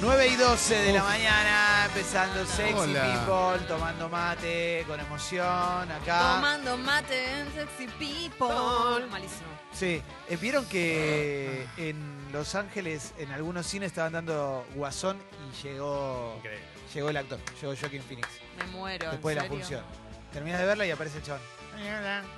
9 y 12 de la mañana, empezando Sexy Hola. People, tomando mate, con emoción, acá. Tomando mate en Sexy People. Malísimo. Sí, eh, vieron que en Los Ángeles, en algunos cines estaban dando Guasón y llegó Increíble. llegó el actor, llegó Joaquin Phoenix, Me muero. ¿en después de la serio? función. Terminas de verla y aparece el chabón.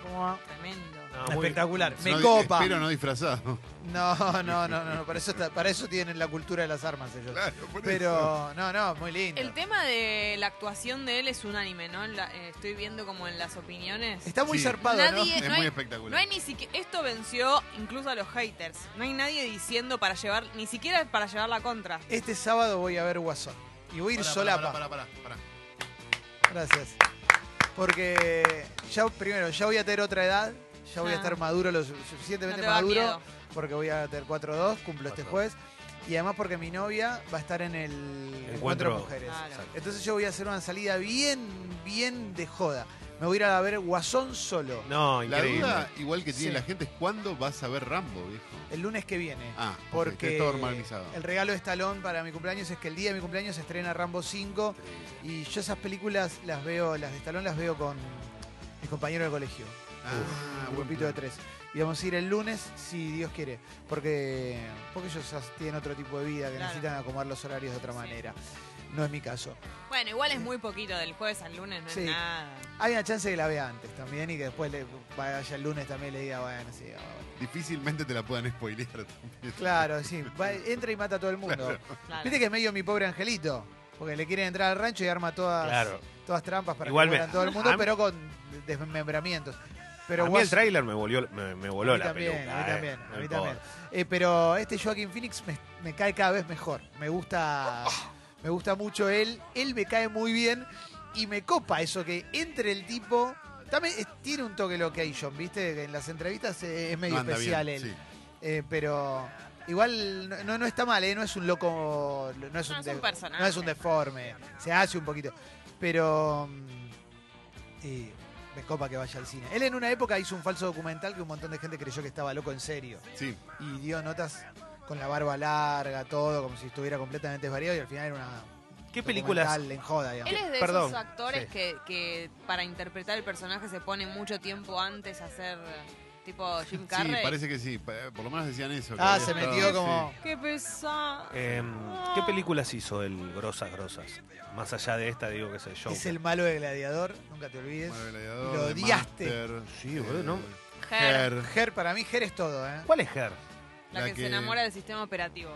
¿Cómo va? Tremendo. No, muy- Espectacular, me No, copa. Espero no disfrazado. No, no, no, no, no, para eso, está- para eso tienen la cultura de las armas ellos. Claro, por eso. Pero, no, no, muy lindo. El tema de la actuación de él es unánime, ¿no? La- eh, estoy viendo como en las opiniones. Está muy Sí. zarpado, Nadie- ¿no? Es no hay- muy espectacular. No hay ni siquiera. Esto venció incluso a los haters. No hay nadie diciendo para llevar. Ni siquiera para llevar la contra. Este sábado voy a ver Guasón. Y voy a ir Pará, solapa. Pará, pará, pará, pará. Gracias. Porque ya primero, ya voy a tener otra edad, ya voy a Ah. estar maduro lo su- No suficientemente te va a dar maduro miedo. porque voy a tener 4-2, cumplo este 4-2. jueves y además porque mi novia va a estar en el encuentro de mujeres. Claro. Exacto. Entonces yo voy a hacer una salida bien bien de joda. Me voy a ir a ver Guasón solo No, La increíble. duda, igual que tiene Sí. la gente, es cuándo vas a ver Rambo, viejo. el lunes que viene. Ah, ok, Porque está todo organizado. el regalo de Estalón para mi cumpleaños es que el día de mi cumpleaños se estrena Rambo 5 y yo esas películas las veo, las de Estalón las veo con mis compañeros de colegio. Ah, un buen grupito de plan. tres. Y vamos a ir el lunes, si Dios quiere, porque, porque ellos as- tienen otro tipo de vida que Claro. necesitan acomodar los horarios de otra Sí. manera. No es mi caso. Bueno, igual es muy poquito. Del jueves al lunes no Sí. es nada. Hay una chance que la vea antes también y que después le vaya el lunes también le diga, bueno, sí, ah, bueno. Difícilmente te la puedan spoilear también. Claro, sí, va- entra y mata a todo el mundo. Claro. Viste que es medio mi pobre angelito, porque le quieren entrar al rancho y arma todas, Claro. todas trampas para Igual que me- mueran todo el mundo, a mí- pero con desmembramientos. Pero a mí el Guas- tráiler me, volvió- me, me voló a mí la también, peluca. A mí eh. también, a No mí importa. también. Eh, pero este Joaquín Phoenix me, me cae cada vez mejor. Me gusta, me gusta mucho él. Él me cae muy bien y me copa eso que entre el tipo. También es- tiene un toque lo que hay John, ¿viste? Que En las entrevistas eh, es medio No anda especial bien, él. sí. Eh, pero igual no- no, no está mal, ¿eh? No es un loco. No es un, No, es un de- personaje. no es un deforme. Se hace un poquito. Pero. mm, eh, me copa que vaya al cine. Él en una época hizo un falso documental que un montón de gente creyó que estaba loco en serio. Sí, Y dio notas con la barba larga, todo, como si estuviera completamente desvariado. Y al final era una. ¿Qué películas? documental en joda, digamos. Él es de Perdón, esos actores sí. que, que para interpretar el personaje se pone mucho tiempo antes a hacer tipo Jim sí, Carrey. parece que sí. Pa- eh, Por lo menos decían eso. que Ah, había se estado, metió sí. como. Qué pesado. Em, ¿Qué películas hizo el Grosas Grosas? Más allá de esta, digo que sé yo. Es el malo de Gladiador, nunca te olvides. Bueno, Gladiador, Lo The odiaste. Master, Sí, boludo, ¿no? Her, Her. Her, para mí, Her es todo, ¿eh? ¿Cuál es Her? la, la que, que- se enamora del sistema operativo.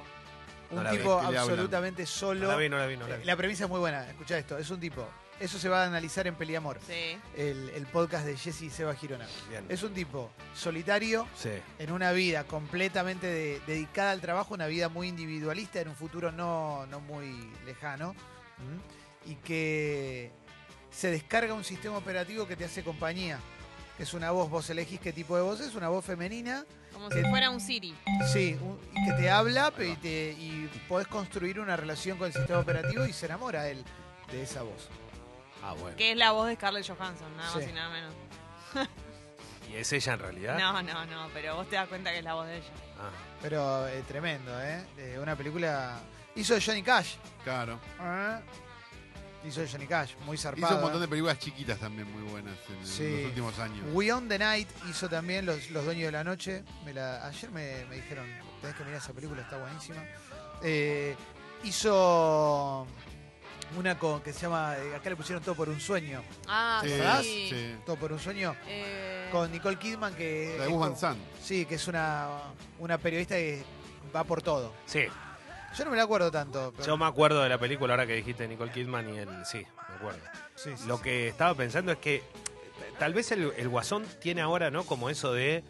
Un No la vi, tipo que le hablan. absolutamente solo. No la vi, no la vi, no la Eh, vi. La premisa es muy buena, escucha esto, es un tipo, eso se va a analizar en Peliamor, Sí. el, el podcast de Jesse y Seba Girona. Bien. Es un tipo solitario, Sí. en una vida completamente de- dedicada al trabajo, una vida muy individualista, en un futuro no, no muy lejano, ¿m? y que se descarga un sistema operativo que te hace compañía. Es una voz, vos elegís qué tipo de voz es, una voz femenina, Como si fuera un Siri. Sí, un- y que te habla Ahí y, va. te- y podés construir una relación con el sistema operativo y se enamora él de esa voz. Ah, bueno. Que es la voz de Scarlett Johansson, nada más Sí. y nada menos. ¿Y es ella en realidad? No, no, no, pero vos te das cuenta que es la voz de ella. Ah. Pero eh, tremendo, ¿eh? Eh, Una película... Hizo de Johnny Cash. Claro. ¿eh? Hizo de Johnny Cash, muy zarpado. Hizo un montón ¿eh? de películas chiquitas también muy buenas en Sí. los últimos años. We on the Night hizo también Los, Los Dueños de la Noche. Me la- ayer me, me dijeron, tenés que mirar esa película, está buenísima. Eh, hizo una con- que se llama, eh, acá le pusieron Todo por un Sueño. Ah, Sí, sí. sí. Todo por un Sueño. Eh, con Nicole Kidman que La de es Gus Van como- Sant. sí que es una una periodista que va por todo Sí, yo no me la acuerdo tanto pero- yo me acuerdo de la película ahora que dijiste Nicole Kidman y el... Sí, me acuerdo. sí, sí, Lo sí. que estaba pensando es que tal vez el, el guasón tiene ahora, ¿no? Como eso de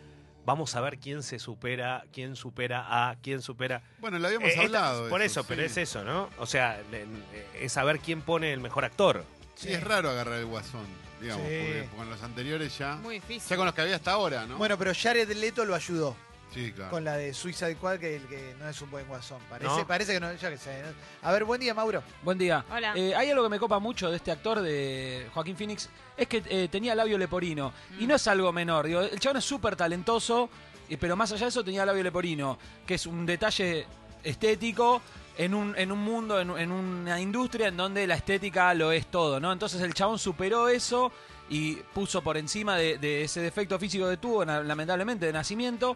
vamos a ver quién se supera, quién supera a, quién supera. Bueno, lo habíamos Eh, esta- hablado. de por eso, pero sí. es eso, ¿no? O sea, le- eh, es saber quién pone el mejor actor. Sí, es raro agarrar el guasón, digamos, Sí. porque con los anteriores ya. muy difícil. Ya con los que había hasta ahora, ¿no? bueno pero Jared Leto lo ayudó sí, claro. con la de Suicide Squad que, que no es un buen guasón parece No. parece que no ya que sé, ¿no? a ver buen día Mauro Buen día. Hola. Eh, hay algo que me copa mucho de este actor de Joaquín Phoenix, es que eh, tenía labio leporino. Y Mm. no es algo menor. Digo, el chabón es súper talentoso, eh, pero más allá de eso tenía labio leporino, que es un detalle estético. en un, en un mundo, en, en una industria en donde la estética lo es todo, ¿no? Entonces el chabón superó eso y puso por encima de, de ese defecto físico que tuvo, na- lamentablemente, de nacimiento,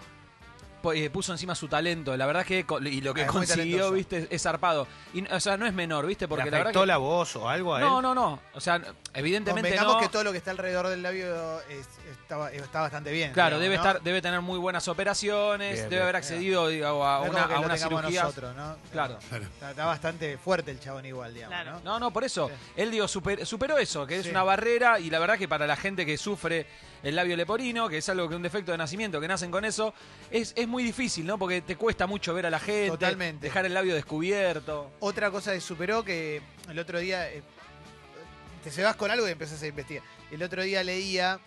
po- eh, puso encima su talento. La verdad que, co- y lo que Ah, es muy consiguió, talentoso. viste, es zarpado. Y, o sea, no es menor, viste, porque ¿Le la verdad afectó que... la voz o algo a él? No, no, no. O sea, evidentemente Convengamos no. que todo lo que está alrededor del labio es- estaba- está bastante bien. Claro, digamos, debe ¿no? estar, debe tener muy buenas operaciones, Bien, debe bien. haber accedido digo, a No es una, como que a lo una tengamos cirugía. nosotros, ¿no? Claro. Claro. Está, está bastante fuerte el chabón igual, digamos, Claro. ¿no? No, no, por eso. Sí. Él digo, super- superó eso, que es Sí. una barrera y la verdad que para la gente que sufre el labio leporino, que es algo que un defecto de nacimiento, que nacen con eso, es, es muy difícil, ¿no? Porque te cuesta mucho ver a la gente, Totalmente. dejar el labio descubierto. Otra cosa que superó que el otro día. eh, te se vas con algo y empezás a investigar. El otro día leía.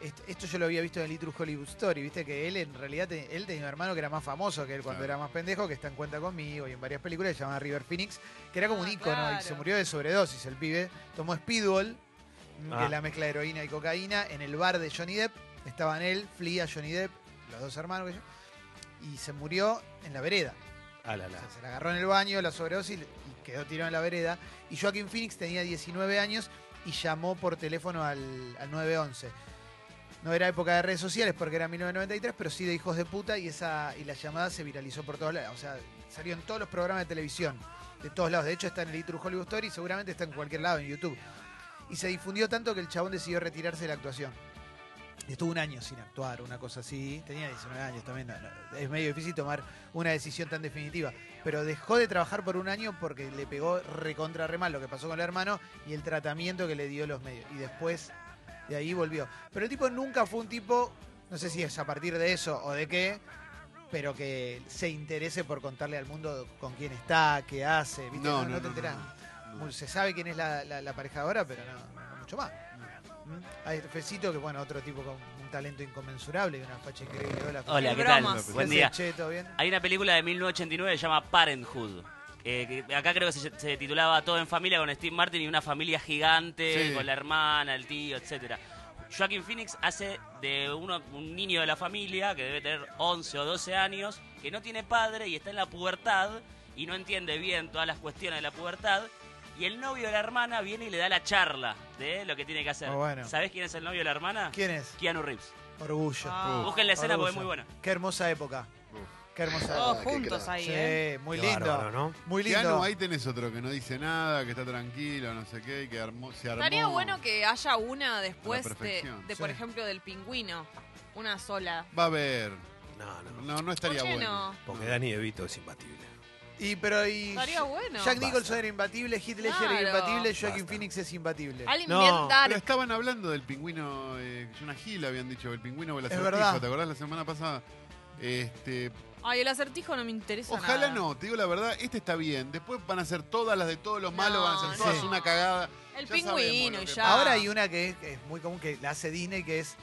est- Esto yo lo había visto en el Little Hollywood Story, viste que él en realidad te- él tenía un hermano que era más famoso que él cuando Claro. era más pendejo, que está en cuenta conmigo y en varias películas, se llamaba River Phoenix, que era como un Ah, ícono y claro. se murió de sobredosis el pibe. Tomó Speedball, mm, que Ah. es la mezcla de heroína y cocaína, en el bar de Johnny Depp. Estaban él, Flea, Johnny Depp, los dos hermanos que yo, y se murió en la vereda. Ah, la, O la. sea, se la agarró en el baño, la sobredosis y quedó tirado en la vereda. Y Joaquín Phoenix tenía 19 años y llamó por teléfono al, al 911. No era época de redes sociales porque era 1993, pero sí de hijos de puta y, esa, y la llamada se viralizó por todos lados. O sea, salió en todos los programas de televisión, de todos lados. De hecho, está en el E! True Hollywood Story y seguramente está en cualquier lado, en YouTube. Y se difundió tanto que el chabón decidió retirarse de la actuación. Y Estuvo un año sin actuar, una cosa así. Tenía 19 años también. no, no, es medio difícil tomar una decisión tan definitiva. Pero dejó de trabajar por un año porque le pegó recontra re mal lo que pasó con el hermano y el tratamiento que le dio los medios. Y después de ahí volvió. Pero el tipo nunca fue un tipo, no sé si es a partir de eso o de qué, pero que se interese por contarle al mundo con quién está, qué hace. ¿viste? No, no, te no, enterás. no, no. Muy- Se sabe quién es la, la- la pareja ahora, pero no, no mucho más. ¿Mm? Hay Fecito, que bueno, otro tipo con un talento inconmensurable y una facha increíble. Hola, Fecito. Hola, El ¿qué tal? bromas. Buen ¿Qué día. haces, Che, ¿todo bien? Hay una película de 1989 que se llama Parenthood. Eh, que acá creo que se, se titulaba Todo en familia con Steve Martin y una familia gigante Sí. con la hermana, el tío, etcétera. Joaquin Phoenix hace de uno- un niño de la familia que debe tener 11 o 12 años, que no tiene padre y está en la pubertad y no entiende bien todas las cuestiones de la pubertad. Y el novio de la hermana viene y le da la charla de lo que tiene que hacer. Ah, bueno. ¿Sabés quién es el novio de la hermana? ¿Quién es? Keanu Reeves. Orgullo. uh. Ah. Busquen la escena Orgullo. porque es muy buena. Qué hermosa época. Ah, Qué hermosa Todos época. juntos ahí, Sí, ¿eh? muy Qué lindo. bárbaro, ¿no? Muy lindo. Keanu, ahí tenés otro que no dice nada, que está tranquilo, no sé qué, y que armó, se armó. Estaría bueno que haya una después A la de, perfección, de, por sí. ejemplo, del pingüino. Una sola. Va a haber. No, no. No, no estaría ¿Por qué bueno. no? Porque Dani DeVito es imbatible. Y pero y Estaría bueno. Jack Nicholson era imbatible, Heath Ledger era Claro. imbatible, Joaquin Basta. Phoenix es imbatible. Alguien No, bien Pero dark. estaban hablando del pingüino, eh, Jonah Hill habían dicho, el pingüino o el Es acertijo, verdad. ¿te acordás la semana pasada? Este, Ay, el acertijo no me interesa. ojalá nada. no, te digo la verdad, este está bien. Después van a ser todas las de todos los malos, No, van a ser todas no. una cagada. El Ya sabemos pingüino lo y que ya. pasa. Ahora hay una que es, que es muy común que la hace Disney que es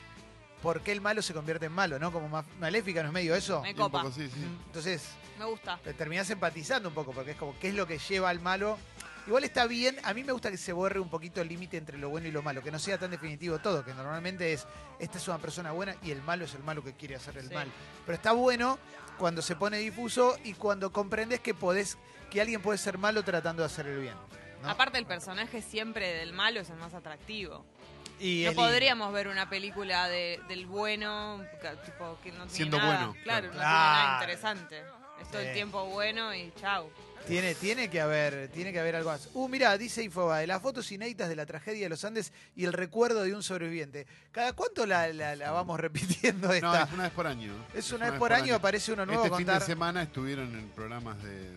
¿Por qué el malo se convierte en malo? ¿No? Como ma- maléfica, ¿no es medio eso? Me Y un copa. poco sí, sí. Entonces, Me gusta. te terminás empatizando un poco, porque es como, ¿qué es lo que lleva al malo? Igual está bien, a mí me gusta que se borre un poquito el límite entre lo bueno y lo malo, que no sea tan definitivo todo, que normalmente es, esta es una persona buena y el malo es el malo que quiere hacer el Sí. mal. Pero está bueno cuando se pone difuso y cuando comprendes que podés, que alguien puede ser malo tratando de hacer el bien. ¿no? Aparte, el personaje siempre del malo es el más atractivo. Y no es lindo. podríamos ver una película de, del bueno, ca- tipo, que no tiene Siendo nada. bueno, Claro, claro. no tiene nada Claro. interesante. Es todo Sí. el tiempo bueno y chau. Tiene, tiene que haber, tiene que haber algo más. Uh, mirá, dice Infobae, las fotos inéditas de la tragedia de los Andes y el recuerdo de un sobreviviente. ¿Cada cuánto la, la- la vamos repitiendo No, esta? es una vez por año. es una vez por año aparece uno nuevo Este a fin contar. Eh, de semana estuvieron en programas de.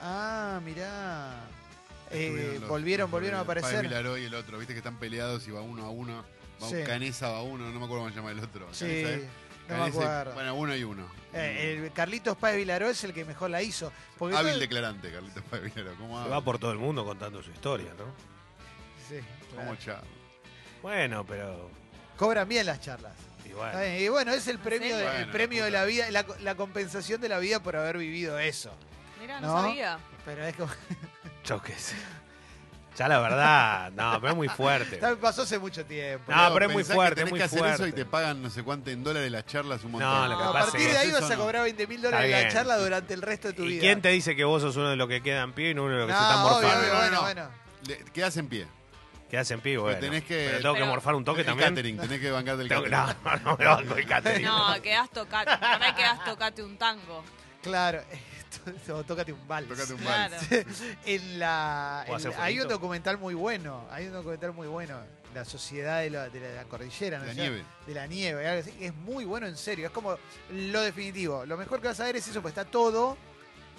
Ah, mirá. Eh, estuvieron los- volvieron, los- volvieron a el padre aparecer. Vilaró y el otro, viste que están peleados y va uno a uno. Va Sí. un Canesa va uno, no me acuerdo cómo se llama el otro. Sí, Canesa, ¿eh? no me Canesa y- acuerdo. Bueno, uno y uno. Eh, el Carlitos Páez Vilaró es el que mejor la hizo. Porque Hábil todo- declarante, Carlitos Pavilaro. ¿Cómo Se habla? va por todo el mundo contando su historia, ¿no? Sí, claro. ¿Cómo charla? Bueno, pero. Cobran bien las charlas. y bueno. Está bien. Y bueno, es el premio, de, serio? el Bueno, premio de puta. la vida, la, la compensación de la vida por haber vivido eso. Mirá, No. no sabía. Pero es como... Choques. Ya la verdad, no, pero es muy fuerte. Ya me pasó hace mucho tiempo. No, pero es muy pensá fuerte, Que tenés muy que hacer eso y fuerte. te pagan no sé cuánto en dólares las charlas un montón. No, lo que a pasa partir es- de ahí eso vas a no. cobrar 20 mil Está dólares en la bien. charla durante el resto de tu ¿Y vida. quién te dice que vos sos uno de los que quedan en pie y no uno de los que No, se están obvio, morfando? obvio, No, no, bueno, no. bueno. Le- Quedás en pie. Quedás en pie, bueno. tenés que- Pero tengo que Pero- morfar un toque El también. catering, tenés que bancar del Tengo que- catering. no, no, no me banco el catering. No, quedás tocate. Para quedás tocate un tango. Claro, esto- o tócate un vals. Tocate un vals. Claro. En la, en- ¿Puedo hacer hay fueguito? un documental muy bueno, hay un documental muy bueno, La Sociedad de la, de la Cordillera, ¿no? La O sea, nieve. de la nieve, algo así, que es muy bueno en serio, es como lo definitivo, lo mejor que vas a ver es eso, pues está todo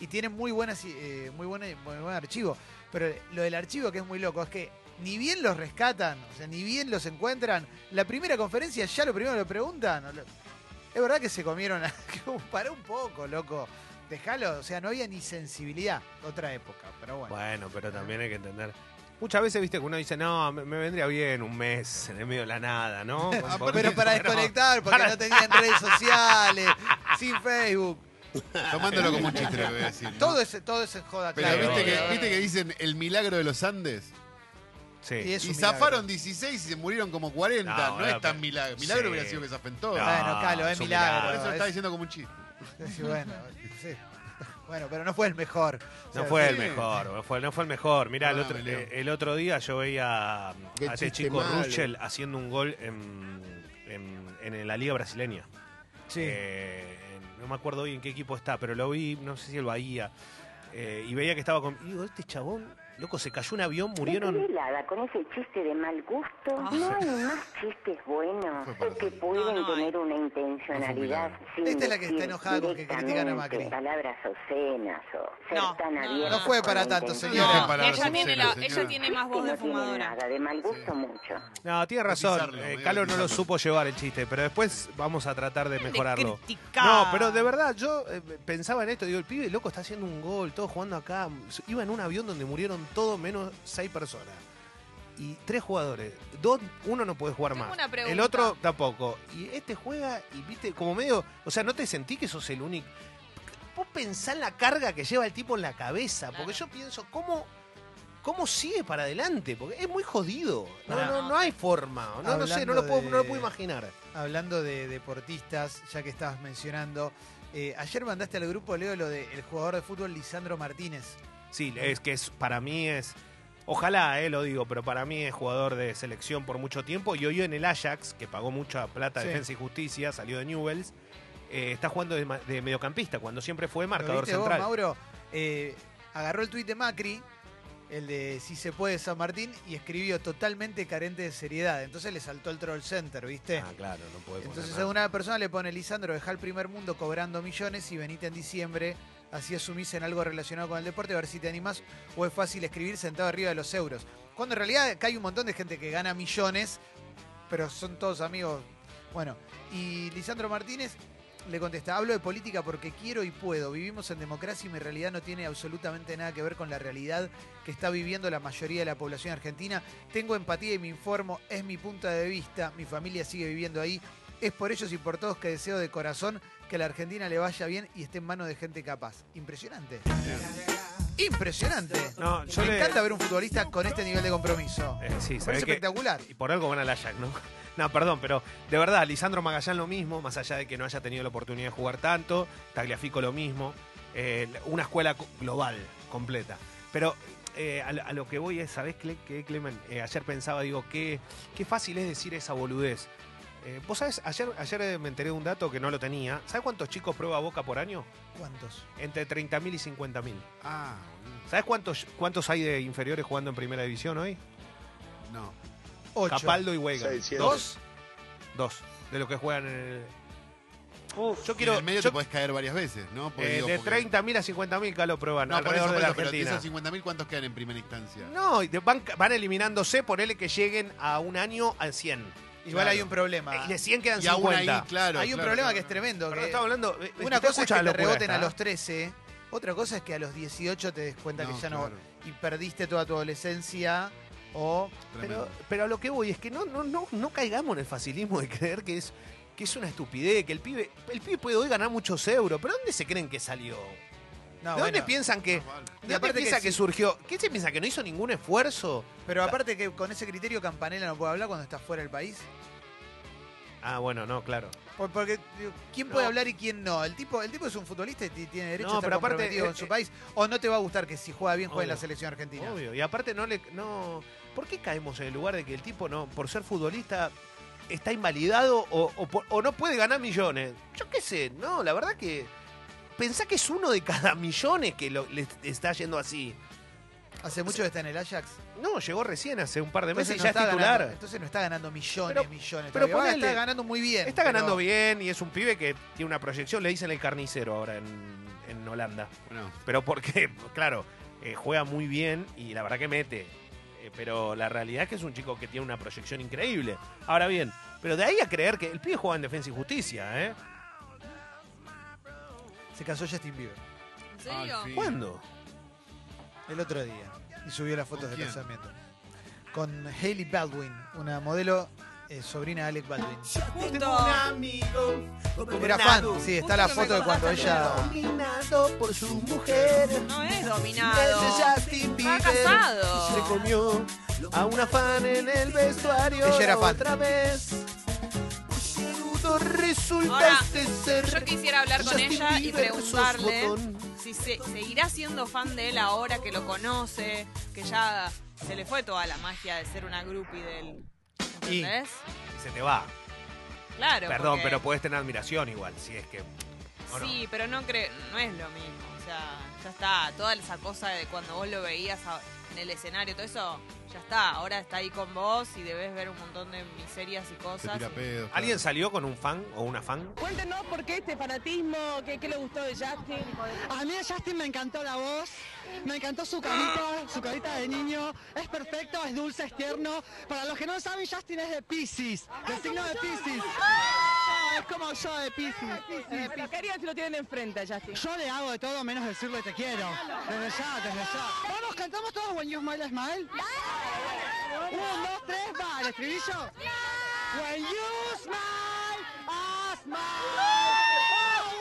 y tiene muy buenas, eh, muy, buena, muy buen archivo, pero lo del archivo que es muy loco es que ni bien los rescatan, o sea, ni bien los encuentran, la primera conferencia ya lo primero le preguntan, o lo- es verdad que se comieron, a- para un poco, loco. Dejalo, o sea, no había ni sensibilidad, otra época, pero bueno. Bueno, pero también hay que entender. Muchas veces, viste, que uno dice, no, me, me vendría bien un mes en el medio de la nada, ¿no? Un Aparte- poquito, Pero para pero- desconectar, porque no tenían redes sociales, sin Facebook. Tomándolo como un chiste, lo que voy a decir. ¿no? Todo es, todo es joda, Pero claro. viste, que, obvio. viste que dicen el milagro de los Andes. Y Sí. es y un zafaron milagro. 16 y se murieron como 40. No, No, bueno, es tan pero- milagro. Milagro Sí. hubiera sido que zafen todos. No, Bueno, Calo, es un milagro. Por eso lo es- está diciendo como un chiste. Sí, bueno, sí. Bueno, pero no fue el mejor. O sea, No fue sí. el mejor, no fue, no fue el mejor. Mirá, el otro, Perdóname, Leo. eh, el otro día yo veía a, Qué a este chiste chico malo. Ruchel haciendo un gol en, en- en la Liga Brasileña. Eh, en- no me acuerdo bien qué equipo está, pero lo vi, no sé si el Bahía. eh, y veía que estaba con. Y digo, este chabón, loco, se cayó un avión, Estoy murieron. helada con ese chiste de mal gusto. No hay más chistes buenos Fue para que mí. pueden No, no hay. tener una intencionalidad. No sin Esta es la que está decir enojada con que critican a Macri. directamente Palabras obscenas o ser No, tan no, no, abiertos no fue con para la tanto, intención. Señora, No, para ella los tiene, obscenos, la- señora. ella tiene más voz Este de no tiene fumadora. nada de mal gusto mucho. No, tiene razón. Cotizarlo, eh, medio Calo no lo cotizarlo. supo llevar el chiste, pero después vamos a tratar de De mejorarlo. criticar. No, pero de verdad, yo eh, pensaba en esto, digo, el pibe loco está haciendo un gol, todo jugando acá. Iba en un avión donde murieron todo menos seis personas. Y tres jugadores. Dos, uno no puede jugar Tengo más. una El pregunta. otro tampoco. Y este juega y viste, como medio. O sea, no te sentí que sos el único. Vos pensá en la carga que lleva el tipo en la cabeza. Porque yo Claro. pienso, ¿cómo, ¿cómo sigue para adelante? Porque es muy jodido. No, Pará. no, no hay forma. No, no sé, no lo, Hablando puedo, no lo de- puedo imaginar. Hablando de deportistas, ya que estabas mencionando, eh, ayer mandaste al grupo, Leo, lo del jugador de fútbol Lisandro Martínez. Sí, es que es, para mí es. Ojalá, eh, lo digo, pero para mí es jugador de selección por mucho tiempo. Y hoy en el Ajax, que pagó mucha plata, Sí. defensa y justicia, salió de Newells, eh, está jugando de, ma- de mediocampista, cuando siempre fue ¿Lo marcador viste vos, central. Mauro? Eh, agarró el tuit de Macri, el de Si se puede San Martín, y escribió totalmente carente de seriedad. Entonces le saltó el troll center, ¿viste? Ah, claro, no puede poner Entonces nada. a una persona le pone Lisandro, dejá el primer mundo cobrando millones y venite en diciembre, así asumís en algo relacionado con el deporte, a ver si te animás o es fácil escribir sentado arriba de los euros. Cuando en realidad acá hay un montón de gente que gana millones, pero son todos amigos. Bueno, y Lisandro Martínez le contesta, hablo de política porque quiero y puedo, vivimos en democracia y mi realidad no tiene absolutamente nada que ver con la realidad que está viviendo la mayoría de la población argentina, tengo empatía y me informo, es mi punto de vista, mi familia sigue viviendo ahí, es por ellos y por todos que deseo de corazón que a la Argentina le vaya bien y esté en manos de gente capaz. Impresionante. Impresionante. No, yo Me le- encanta ver un futbolista con este nivel de compromiso. Eh, sí, Me sabés parece que- espectacular. Y por algo van al Ajax, ¿no? No, perdón, pero de verdad, Lisandro Magallán lo mismo, más allá de que no haya tenido la oportunidad de jugar tanto, Tagliafico lo mismo, eh, una escuela co- global, completa. Pero eh, a, lo- a lo que voy es, ¿sabés qué, qué, Clemen? Eh, ayer pensaba, digo, qué, qué fácil es decir esa boludez. Eh, Vos sabés, ayer, ayer eh, me enteré de un dato que no lo tenía. ¿Sabés cuántos chicos prueba Boca por año? ¿Cuántos? Entre 30.000 y 50.000. Ah, boludo. ¿Sabés cuántos, cuántos hay de inferiores jugando en Primera División hoy? No. Ocho. Capaldo y Weigan. Seiscientos. Dos. Dos. De los que juegan en el. yo Quiero, quiero. en el medio yo- te podés caer varias veces, ¿no? Porque eh, digo, de porque- 30.000 a 50.000 que lo prueban No, por eso, alrededor por de la eso, pero de Argentina. esos 50.000, ¿cuántos quedan en primera instancia? No, y de- van, van eliminándose, ponele que lleguen a un año a 100. Igual Claro. hay un problema. Ah. Y de 100 quedan y aún ahí, 50. claro. hay un claro, problema claro. que es tremendo. Perdón, que estaba hablando. eh, una cosa es que te reboten a los tres. 13, otra cosa es que a los 18 te des cuenta No, que ya claro. no... Y perdiste toda tu adolescencia o... Pero, Tremendo. pero a lo que voy es que no, no, no, no caigamos en el facilismo de creer que es, que es una estupidez, que el pibe, el pibe puede hoy ganar muchos euros, pero ¿dónde se creen que salió? No, ¿De dónde bueno. piensan que.? Más vale. Y ¿De dónde aparte que piensa que, sí. surgió? ¿Qué se piensa? ¿Que no hizo ningún esfuerzo? Pero aparte que con ese criterio Campanella no puede hablar cuando está fuera del país. Ah, bueno, no, claro. Por- Porque digo, quién puede No. hablar y quién no. El tipo, el tipo es un futbolista y ti- tiene derecho No, a estar pero aparte, comprometido eh, en su eh, país. O no te va a gustar que si juega bien juegue en la Obvio. selección argentina. Obvio. Y aparte no le. No, ¿Por qué caemos en el lugar de que el tipo no, por ser futbolista, está invalidado o, o por- o no puede ganar millones? Yo qué sé, no, la verdad que. Pensá que es uno de cada millones que lo- le está yendo así. Hace mucho que está en el Ajax. No, llegó recién hace un par de meses Entonces y no, ya es está titular. ganando, entonces no está ganando millones, Pero- millones. pero todavía. Ahora ponele- está ganando muy bien. Está pero- ganando bien y es un pibe que tiene una proyección, le dicen el carnicero ahora en, en Holanda. Bueno, Pero porque, claro, eh, juega muy bien y la verdad que mete. Eh, pero la realidad es que es un chico que tiene una proyección increíble. Ahora bien, pero de ahí a creer que el pibe juega en Defensa y Justicia, ¿eh? Se casó Justin Bieber ¿En serio? al fin. ¿Cuándo? el otro día y subió las fotos ¿Con del quién? lanzamiento. Con Hailey Baldwin, una modelo eh, sobrina de Alec Baldwin. Justo. Era fan, sí, está la Justo foto que me de cuando acordaste ella. Dominado por su mujer. No es dominado. Está casado. Se comió a una fan en el vestuario. Ella era fan. Otra vez. Todo resulta Ahora, este ser. Yo quisiera hablar con Justin ella y Bieber, sos preguntarle botón. si se- seguirá siendo fan de él ahora que lo conoce, que ya se le fue toda la magia de ser una groupie de él. Y- ¿Entendés? Se te va. Claro. Perdón, porque- pero puedes tener admiración igual, si es que. ¿o no? Sí, pero no creo, no es lo mismo. O sea, ya está, toda esa cosa de cuando vos lo veías a- en el escenario, todo eso, ya está. Ahora está ahí con vos y debes ver un montón de miserias y Se cosas. tira pedos. ¿Alguien salió con un fan o una fan? Cuéntenos por qué este fanatismo, qué, qué le gustó de Justin. A mí de Justin me encantó la voz, me encantó su carita, su carita de niño. Es perfecto, es dulce, es tierno. Para los que no saben, Justin es de Pisces, del signo de Pisces. Ah, Es como yo de Pisces. Bueno, ¿qué harían si lo tienen enfrente a Justin? Yo le hago de todo menos decirle te quiero. Desde ya, desde ya. Vamos, cantamos todos When You Smile, Smile. Un, dos, tres, va, el estribillo. When You Smile, I Smile.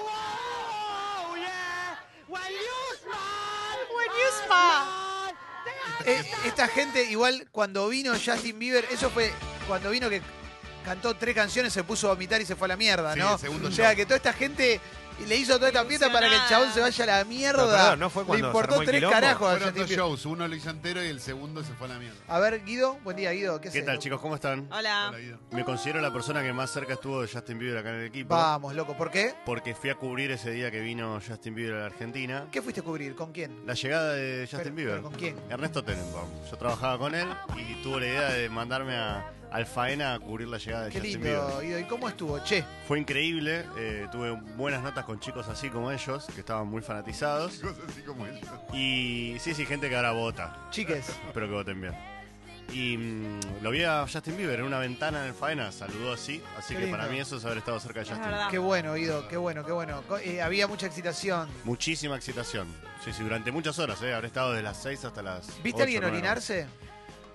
Oh, oh, yeah. When You Smile, When You Smile. Te Eh, esta gente, igual cuando vino Justin Bieber, eso fue cuando vino que cantó tres canciones, se puso a vomitar y se fue a la mierda, Sí, ¿no? el segundo o sea, show. que toda esta gente le hizo toda esta fiesta para que el chabón se vaya a la mierda. No, perdón, ¿no fue cuando le se importó armó el tres quilombo? carajos a Fueron Justin dos Bieber. shows, uno lo hizo entero y el segundo se fue a la mierda. A ver, Guido, buen día, Guido. ¿Qué, ¿Qué sé? tal chicos? ¿Cómo están? Hola. Hola, Guido. Me considero la persona que más cerca estuvo de Justin Bieber acá en el equipo. Vamos, loco, ¿por qué? Porque fui a cubrir ese día que vino Justin Bieber a la Argentina. ¿Qué fuiste a cubrir? ¿Con quién? La llegada de Justin Pero- Bieber. pero ¿Con quién? Ernesto Tenenbaum. Yo trabajaba con él y tuvo la idea de mandarme a al Faena a cubrir la llegada de Qué Justin lindo, Bieber. Guido. ¿Y cómo estuvo? Che, Fue increíble, eh, tuve buenas notas con chicos así como ellos, que estaban muy fanatizados. Cosas así como eso. Y sí, sí, gente que ahora vota. chiques. Espero que voten bien. Y mm, lo vi a Justin Bieber en una ventana en el Faena, saludó así. Así Qué que para lindo. mí eso es haber estado cerca de Es Justin. verdad. Qué bueno, Guido, qué bueno, qué bueno. Co- eh, había mucha excitación. Muchísima excitación. Sí, sí, durante muchas horas, ¿eh? Habré estado de las 6 hasta las. ¿Viste ocho, a alguien nueve. orinarse?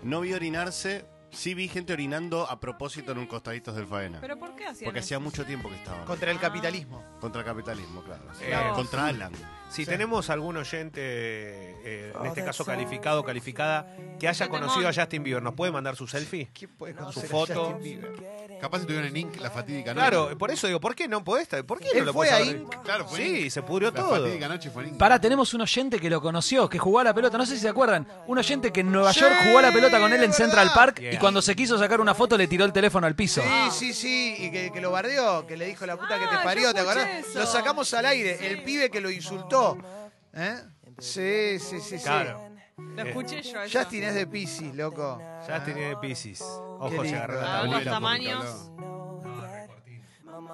No vi orinarse, sí vi gente orinando a propósito en un costadito del faena. ¿Pero por qué hacían Porque eso? hacía mucho tiempo que estaban. Contra el capitalismo. Contra el capitalismo, claro. Sí. Eh, Contra Alan. Si Sí. Ah, tenemos algún oyente, eh, en este caso calificado o calificada, que haya conocido a Justin Bieber, ¿nos puede mandar su selfie? ¿Quién puede Su conocer a foto. Justin Bieber? Capaz si tuvieron en Inc. la fatídica noche. Claro, por eso digo, ¿por qué no podés? ¿Por qué no Él lo fue podés ahí. abrir? Claro, fue Sí, Inc. se pudrió La todo. fatídica noche fue en Inc. Pará, tenemos un oyente que lo conoció, que jugó a la pelota, no sé si se acuerdan. Un oyente que en Nueva York jugó a la pelota con él en ¿verdad? Central Park Bien. y cuando se quiso sacar una foto le tiró el teléfono al piso. Sí, sí, sí, y que, que lo bardeó, que le dijo la puta que te Ah, parió, yo ¿te acordás? escuché eso. Lo sacamos al aire, el pibe que lo insultó. ¿Eh? Sí, sí, sí, sí. Claro. Lo escuché yo. eso. Justin es de Pisces, loco. Justin es de Pisces. Ah. Qué Ojo, se lindo. agarró A ver la los tabla. tamaños.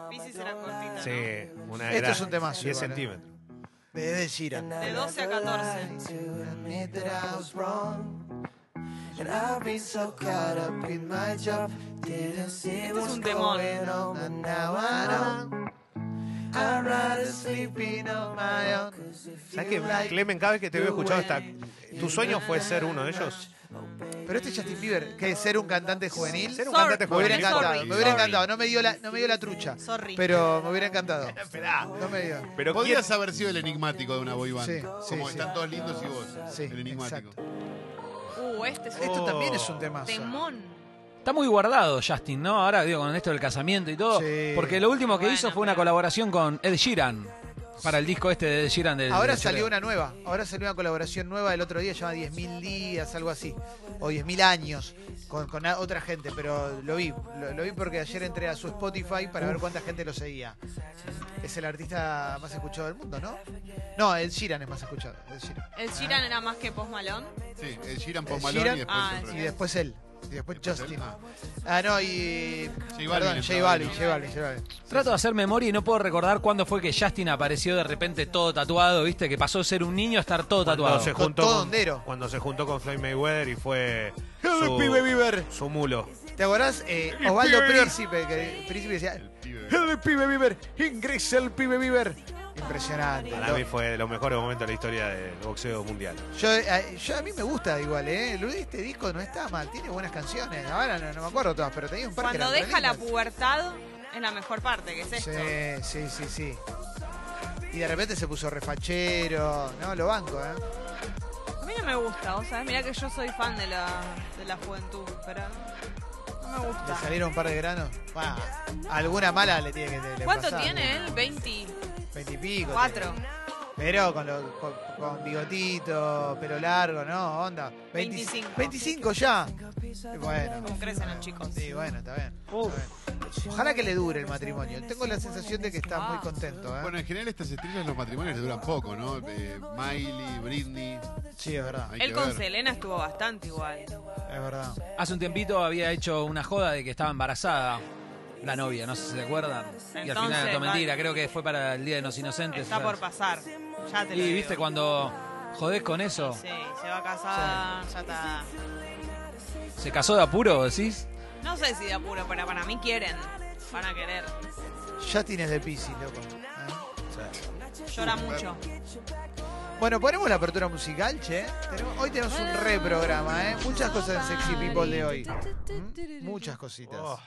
Pisces era cortita. Sí, una Esto gran- es un temazo, 10 igual, eh. centímetros. Desde Sheeran. ¿no? De 12 a Este 14. Este es un temón. ¿Sabes que Clemen, cada vez que te veo escuchado esta. ¿Tu sueño fue ser uno de ellos? Pero este Justin Bieber, que es ser un cantante juvenil. ser un Sorry. cantante Me hubiera juvenil, encantado, sorry. me hubiera Sorry. encantado. No me dio la, no me dio la trucha. Sorry. Pero me hubiera encantado. No me dio. Pero Podrías haber sido el enigmático de una boy band. Sí, sí, Como sí. están todos lindos y vos. Sí, el enigmático. Uh, este es un Esto Oh. también es un tema. temón. Está muy guardado Justin, ¿no? Ahora digo, con esto del casamiento y todo. Sí. Porque lo último que Bueno, hizo fue una pero- colaboración con Ed Sheeran. Para el disco este de Ed Sheeran. del- Ahora del salió Choreo. una nueva, ahora salió una colaboración nueva el otro día, se llama 10.000 días, algo así, o 10.000 años, con, con a- otra gente, pero lo vi, lo, lo vi porque ayer entré a su Spotify para ver cuánta gente lo seguía. Es el artista más escuchado del mundo, ¿no? No, el Sheeran es más escuchado, Ed Sheeran. El Sheeran era más que Post Malone. Sí, el Giran El por Malone Sheeran, y después ah, otro. Y después él, y después Después Justin. él. Ah, no, y... J Perdón, J Balvin entraba ahí, Balvin, ¿no? J Balvin, J Balvin. Trato de hacer memoria y no puedo recordar cuándo fue que Justin apareció de repente todo tatuado, ¿viste? Que pasó de ser un niño a estar todo tatuado. Cuando se Con juntó todo con- hondero. Cuando se juntó con Floyd Mayweather y fue Help me, baby su, bear. su mulo. ¿Te acordás? Eh, Osvaldo Príncipe, que Príncipe decía, El pibe. El pibe Bieber, ingresa el pibe Bieber. Impresionante. Para Lo- mí fue de los mejores momentos de la historia del boxeo mundial. Yo, eh, yo- a mí me gusta igual, ¿eh? Luis, Este disco no está mal, tiene buenas canciones. Ahora no, no me acuerdo todas, pero tenía un par que Cuando eran deja la re pubertad es la mejor parte, que es esto. lindas. Sí, sí, sí, sí. Y de repente se puso refachero, ¿no? Lo banco, ¿eh? A mí no me gusta, o sea, mirá que yo soy fan de la, de la juventud, pero no me Le gusta. salieron un par de granos. Bah, alguna mala le tiene que le ¿Cuánto pasar. tiene él? 24. Veintipico. Pero con, lo- con, con bigotito, pelo largo, ¿no? Onda. 25. 25 ya. Y Bueno. Como crecen los chicos. Sí, bueno, está bien. está bien. Ojalá que le dure el matrimonio. Tengo la sensación de que está Ah. muy contento, ¿eh? Bueno, en general estas estrellas los matrimonios les duran poco, ¿no? Eh, Miley, Britney. sí, es verdad. Hay Él que con ver. Selena estuvo bastante igual. Es verdad. Hace un tiempito había hecho una joda de que estaba embarazada la novia, no sé si se acuerdan. y al final Entonces, era todo mentira, vale. creo que fue para el Día de los Inocentes. Está por pasar. Ya te lo Y digo. viste cuando jodés con eso, Sí, se va a casar, ya está. se casó de apuro, decís. No sé si de apuro, pero para mí quieren. Van a querer. Ya tienes de Pisi, loco. ¿eh? Llora mucho. Bueno, ponemos la apertura musical, che. Tenemos- hoy tenemos un reprograma, ¿eh? Muchas cosas en Sexy People de hoy. ¿Mm? Muchas cositas. Oh.